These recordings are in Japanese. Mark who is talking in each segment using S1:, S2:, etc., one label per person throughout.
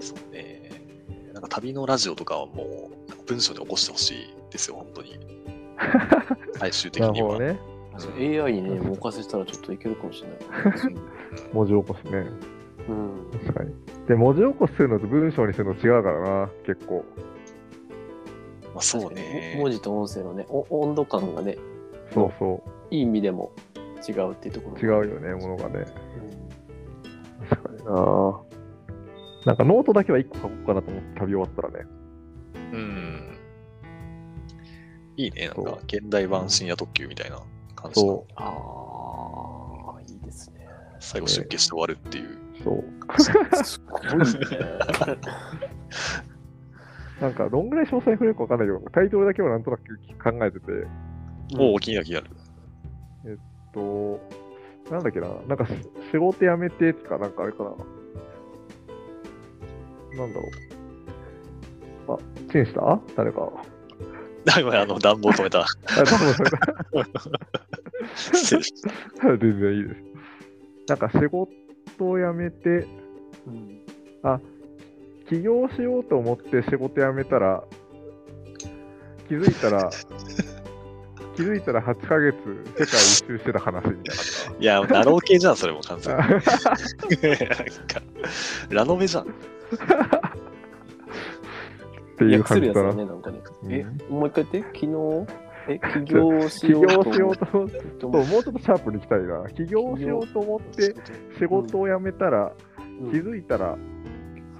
S1: そうね。なんか旅のラジオとかはもう、なんか文章に起こしてほしいですよ、本 当に。最終的
S2: な
S1: に
S2: るほ
S1: は。
S2: どね。
S1: うん
S3: そう AI にね、お任せしたらちょっといけるかもしれない。
S2: 文字起こすね。
S3: うん。
S2: 確かに。で、文字起こしするのと文章にするの違うからな、結構。
S1: まあ、そうね。
S3: 文字と音声のね、お温度感がね、
S2: そうそ
S3: いい意味でも違うっていうところ。
S2: う。違うよね、ものがね。確かにな
S3: あ
S2: なんかノートだけは1個書こうかなと思って旅終わったらね。
S1: うん。いいね、なん
S2: そ
S1: か
S2: う、
S1: 現代版深夜特急みたいな感じの
S2: そ
S3: あ。ああ、いいですね。
S1: 最後出家して終わるっていう。
S2: う、そう。
S3: すごいね。
S2: なんか、どんぐらい詳細に触れるかわかんないけど、タイトルだけはなんとなく考えてて、
S1: おお、気になる気になる。
S2: と、なんだっけな、なんかし仕事辞めてとか、なんかあれかな。なんだろう。あ、チンした誰か。
S1: だいぶあ の、暖房止めた。
S2: あ、多分それだ。
S1: 失礼し
S2: 全然いいです。なんか仕事を辞めて、
S3: うん
S2: 起業しようと思って仕事辞めたら、気づいた ら、気づいたら8ヶ月世界一周してた話みた
S1: た
S2: い
S1: いや、ラノー系じゃん、それも完全 に。
S2: な。
S1: なんか、ラノベじゃん。
S2: っていう
S3: 訳
S2: 感
S3: する
S2: じ
S3: やつ
S2: か
S3: だ
S2: な。
S3: ね、なんかね。
S2: うん
S3: え、もう一回言って、昨日、 え、起業し
S2: 起
S3: ようと思
S2: 業しようと思って、
S3: と
S2: そうもうちょっとシャープに行きたいな。起業しようと思って仕事を辞めたら、気づいたら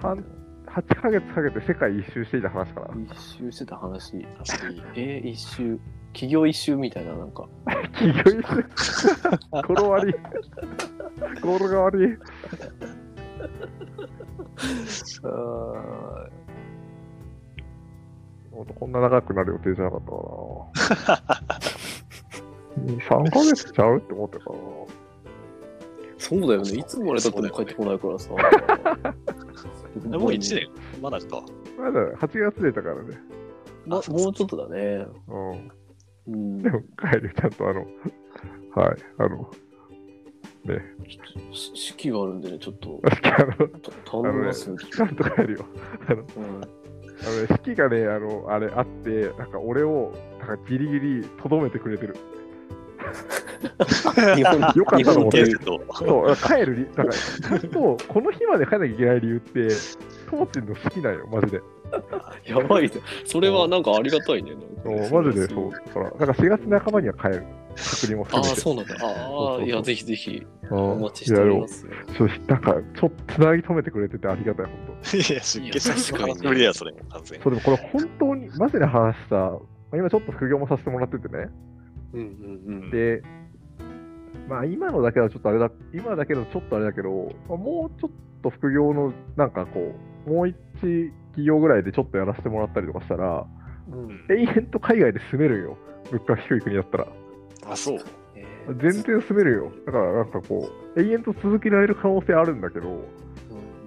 S2: 半8ヶ月かけて世界一周していた話かな。
S3: 一周してた話。えー、一周。企業一周みたいな、なんか。
S2: 起業一 周。この割り。ゴールが悪い。
S3: あ
S2: ほんとこんな長くなる予定じゃなかったかな。3ヶ月ちゃうって思ったか
S3: そうだよね。いつまでたっても帰ってこないから さ。
S1: えもう1年まだ か。
S2: な。まだ8月出たからね。
S3: もうもうちょっとだね。
S2: うん。
S3: うん
S2: で。も帰るちゃんとあの、はい、あの、
S3: し式があるんでね、ちょっ と、
S2: あの、
S3: た頼みますよ。
S2: ちゃんと帰るよ。あの、
S3: うん
S2: あのね、式がね、あの、あれあって、なんか俺を、なんかギリギリとどめてくれてる。
S3: 日本
S2: よかっ
S1: 日
S2: た
S1: 本
S2: と思っ
S1: 系
S2: て
S1: ですけど。
S2: そう、帰る理、なんか、ちゃんと、この日まで帰らなきゃいけない理由って、当時の式なんよ、マジで。
S3: やばいね。それはなんかありがたいね。
S2: そうマジでそう。だから、なんか4月半ばには帰る。確認も
S3: ああ、
S2: 含めて。
S3: そうなんだ。ああ、いや、ぜひぜひ、
S2: うん
S3: お待ちしておりますよ。
S2: いやでもちょっと、なんか、ちょっとつなぎ止めてくれててありがたい、本当。
S1: いや、出家したの話ぶりだよ、それも完全に。
S2: そう、でもこれ本当に、マジで話した、まあ今ちょっと副業もさせてもらっててね。
S3: うんうん
S2: で、まあ今のだけはちょっとあれだ、今だけどちょっとあれだけど、まあもうちょっと副業のなんかこう、もう一企業ぐらいでちょっとやらせてもらったりとかしたら、
S3: うんうん。
S2: 永遠と海外で住めるよ。物価低い国だったら。
S1: あ、そう。
S2: 全然住めるよ。だからなんかこう、永遠と続けられる可能性あるんだけど、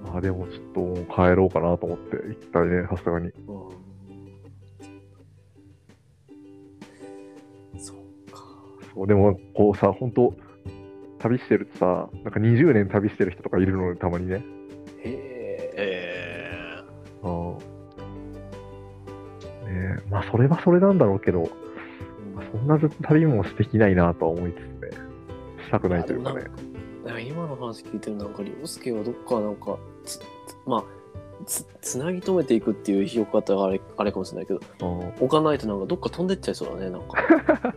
S2: まあでもちょっともう帰ろうかなと思って、一回ね、さすがに。
S3: うんそうか。
S2: そうでもこうさ、本当旅してるとさ、なんか20年旅してる人とかいるので、たまにね。
S3: へえ。
S1: え
S2: うんねえまあそれはそれなんだろうけど、そんなずっと旅もしてきないなとは思いつつね、したくないというかね。
S3: なんか今の話聞いてるなんか、凌介はどっかなんか、つ、つまあ、つ、つなぎ止めていくっていうひよかったがあれ、あれかもしれないけど、
S2: うん
S3: 置かないとなんかどっか飛んでっちゃいそうだ ね、なんか。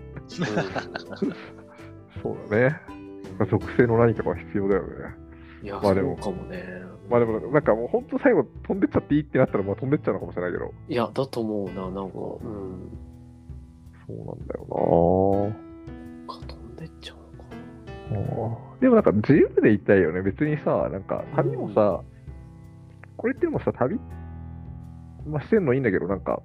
S2: そうだね。属性の何かが必要だよね。
S3: いや、
S2: ま
S3: そ
S2: あでも
S3: うかもね。
S2: まあでも、なんかもう本当最後飛んでっちゃっていいってなったら、まあ飛んでっちゃうのかもしれないけど。
S3: いや、だと思うな、なんか。うん。
S2: そうなんだよ
S3: か飛んでっちゃうのか。
S2: なぁでもなんか自由でいたいよね。別にさ、なんか旅もさ、これってもうさ、旅、まあ、してんのいいんだけど、なんか、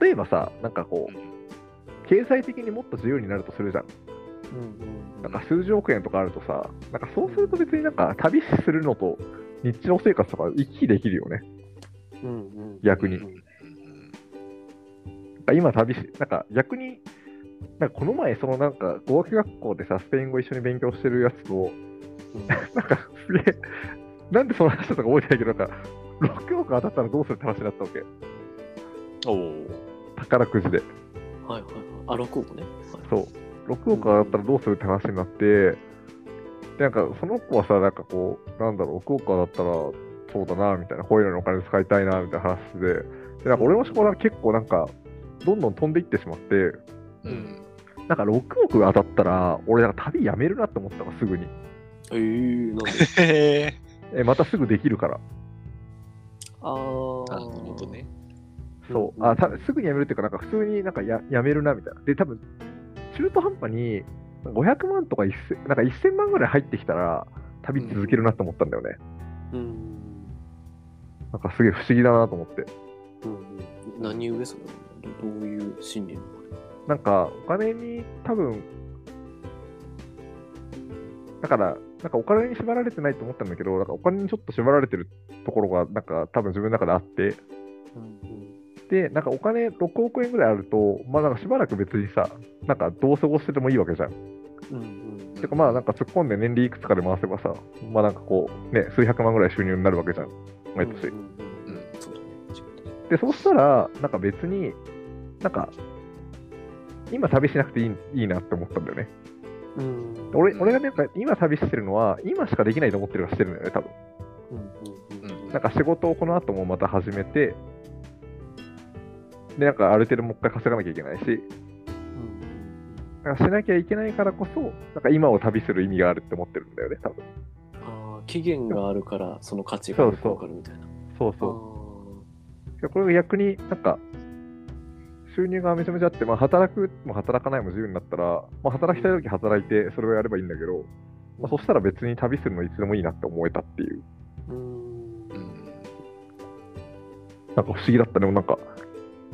S2: 例えばさ、なんかこう、経済的にもっと自由になるとするじゃん。
S3: うんうん
S2: なんか数十億円とかあるとさ、なんかそうすると別になんか旅するのと日常生活とか行き来できるよね。
S3: うんうん。
S2: 逆に。
S1: うん
S2: なんか今旅し、なんか逆になんかこの前、そのなんか語学学校でさ、スペイン語一緒に勉強してるやつと、なんかすげえ、なんでその話だったか覚えてないけど、なんか、6億当たったらどうするって話になったわけ。
S1: おお。
S2: 宝くじで。
S3: はいはいはい。あ、6億ね。はい
S2: そう。6億当たったらどうするって話になって、で、なんかその子はさ、なんかこう、なんだろう、6億当たったら、そうだな、みたいな、こういうのにお金使いたいな、みたいな話で、で、なんか俺の思考が結構なんか、どんどん飛んでいってしまって、
S1: うん。
S2: なんか6億当たったら、俺なんか旅やめるなって思ったの、すぐに。
S3: えー、なんで
S1: へえ。
S2: え、またすぐできるから。
S3: あー。
S1: なるほどね。
S2: そう、
S3: うんうん
S2: あたすぐにやめるっていうか、なんか普通になんかややめるなみたいな。で、多分中途半端に500万とか 1000, なんか1000万ぐらい入ってきたら、旅続けるなと思ったんだよね。
S3: うん。
S2: なんかすげえ不思議だなと思って。
S3: うん、何故それどどういう心理なの
S2: なんかお金に多分、だから、なんかお金に縛られてないと思ったんだけど、なんかお金にちょっと縛られてるところが、なんか多分自分の中であって、
S3: うん
S2: で、なんかお金6億円ぐらいあると、まあなんかしばらく別にさ、なんかどう過ごしててもいいわけじゃん。
S3: うんうん
S2: てかまあなんか突っ込んで年利いくつかで回せばさ、まあなんかこう、ね、数百万ぐらい収入になるわけじゃん、毎年。
S3: うんうんうんそうだね
S2: で、そうしたら、なんか別に、なんか、今旅しなくていいいいなって思ったんだよね。
S3: うん
S2: 俺俺がなんか今旅してるのは、今しかできないと思ってるからしてるんだよね、多分。
S3: うんうんうん
S2: なんか仕事をこの後もまた始めて、で、なんかある程度もう一回稼がなきゃいけないし、
S3: うん
S2: なんかしなきゃいけないからこそ、なんか今を旅する意味があるって思ってるんだよね、多分。
S3: あー期限があるからその価値がよくわかるみたいな
S2: そう
S3: あ
S2: そう。これが逆になんか収入がめちゃめちゃあって、まあ、働くも働かないも自由になったら、まあ、働きたい時働いてそれをやればいいんだけど、まあ、そしたら別に旅するのいつでもいいなって思えたっていう
S3: ーうん
S1: うん。
S2: なんか不思議だったねもうなんか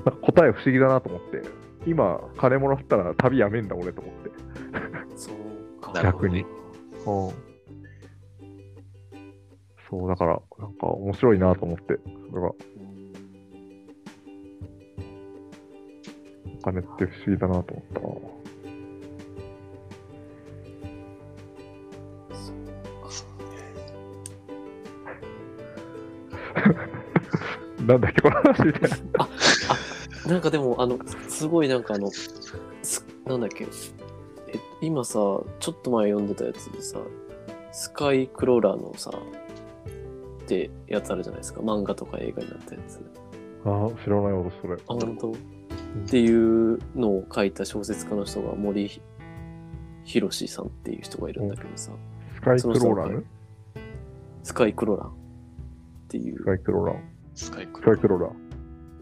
S2: なんか答え不思議だなと思って今金もらったら旅やめんだ俺と思って
S3: そうか
S1: なるほどね
S2: そうだからなんか面白いなと思ってそれが
S3: うん
S2: お金って不思議だなと思ったななんだっけこの話みたいな
S3: なんかでもあのすごいなんかあのすなんだっけえ今さちょっと前読んでたやつでさスカイクローラーのさってやつあるじゃないですか漫画とか映画になったやつ
S2: あー知らないわそれ
S3: あ本当っていうのを書いた小説家の人が森ひろしさんっていう人がいるんだけどさ
S2: スカイクローラ
S3: そ
S2: ー
S3: の
S2: ね
S3: スカイクローラーってい
S2: ス
S3: う
S2: カイクローラー
S1: スカイク
S2: スカ
S1: ロ
S2: イクローラー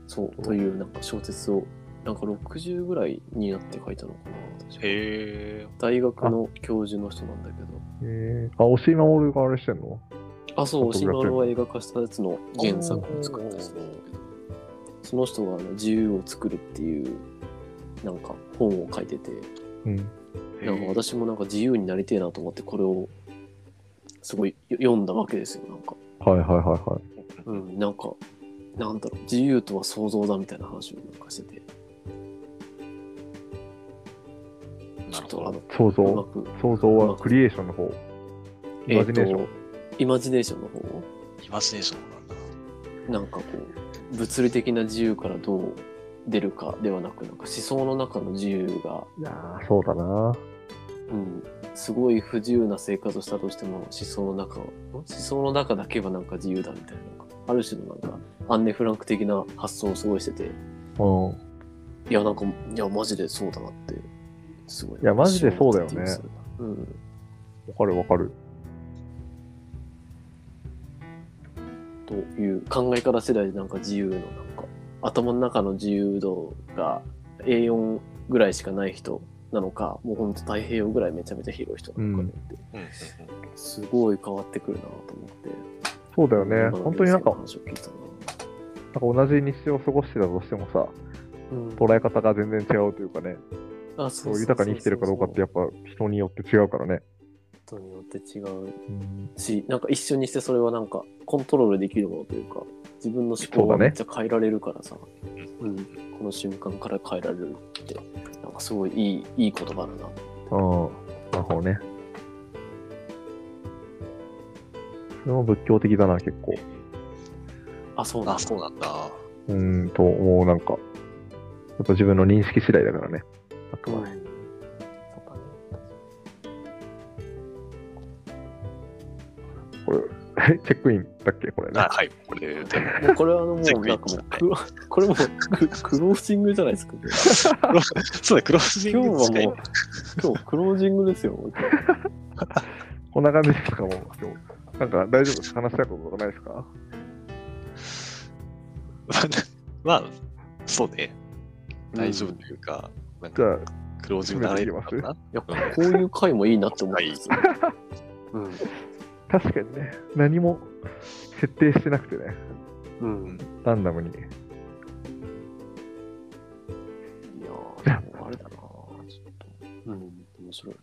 S3: そうというなんか小説をなんか60ぐらいになって書いたのかな確
S1: へ
S3: か
S1: え。
S3: 大学の教授の人なんだけど
S2: えー、あ、押井守があれしてんの
S3: あ、そう、
S2: フ
S3: オ
S2: ォト
S3: シ
S2: グラ
S3: マ
S2: フィー
S3: ロは映画化したやつの原作を作った人なんだけど、その人があの自由を作るっていう、なんか本を書いてて、
S2: うん。
S3: なんか私もなんか自由になりてえなと思って、これをすごいよ読んだわけですよ、なんか。
S2: はいはいはいは
S3: うん、なんか、なんだろう、自由とは想像だみたいな話をなんかしてて、
S1: な
S3: ちょ
S1: る
S3: っ
S1: ほど。
S2: い。
S3: とあの、
S2: 想
S3: うま
S2: 像。
S3: く、
S2: 想像はクリエーションの方。イマジネーション
S3: えーとイマジネーションの方を
S1: イマジネーションなんだ。
S3: なんかこう物理的な自由からどう出るかではなくなんか思想の中の自由が、
S2: いやー、そうだな。
S3: うん、すごい不自由な生活をしたとしても思想の中を思想の中だけはなんか自由だみたいななんかある種のなんかアンネ・フランク的な発想をすごいしてて
S2: うん。
S3: いやなんかいやマジでそうだなってすごい
S2: いやマジでそうだよね
S3: うん
S2: わかるわかる。
S3: という考え方次第でなんか自由のなんか頭の中の自由度が A4 ぐらいしかない人なのかもうほんと太平洋ぐらいめちゃめちゃ広い人なのかによって、
S1: うんうん
S3: すごい変わってくるなと思って
S2: そうだよ
S3: 今
S2: ね。
S3: の
S2: 本当になんか、なんか
S3: 話を聞いたな
S2: 同じ日常を過ごしてたとしてもさ、
S3: うん
S2: 捉え方が全然違うというかね、
S3: あ
S2: そ
S3: そう
S2: 豊かに生きてるかどうかってやっぱ人によって違うからね。
S3: 人によって違う
S2: うん。
S3: しなんか一緒にしてそれはなんかコントロールできるものというか自分の思考
S2: そ
S3: が
S2: うだね
S3: めっちゃ変えられるからさ、うん、この瞬間から変えられるって、なんかすごいいいいい言葉だな。
S2: ああ、なるほどね。それも仏教的だな、結構。
S3: あ、そうなん
S1: あ、
S3: だ。
S1: そうなんだ。
S2: うーんと、もうなんか、やっぱ自分の認識次第だからね。あく まで。
S3: うんそうだね
S2: これ、チェックインだっけこれね。
S1: あはい、これで、
S3: もうこれはあのもう
S1: チェ
S3: な
S1: ッ
S3: ん
S1: ク
S3: か
S1: イン
S3: もうクロ、これもうククロージングじゃないですか。
S1: そうだ、クロージン
S3: 今日
S1: グ
S3: はもう、
S1: 近い
S3: 今日クロージングですよ。もう今日
S2: こんな感じですか、もう今日。なんか大丈夫です話したいこととかないですか
S1: まあ、そうね。大丈夫というか、なん
S2: じ
S1: か、
S2: ゃあ、
S1: クロージング流れるのかな。
S3: いや、こういう回もいいなって思ったんですよ。うん。
S2: 確かにね、何も設定してなくてね、
S3: うん。
S2: ランダムに。
S3: いやー、でもあれだなちょっと。うん、面白い。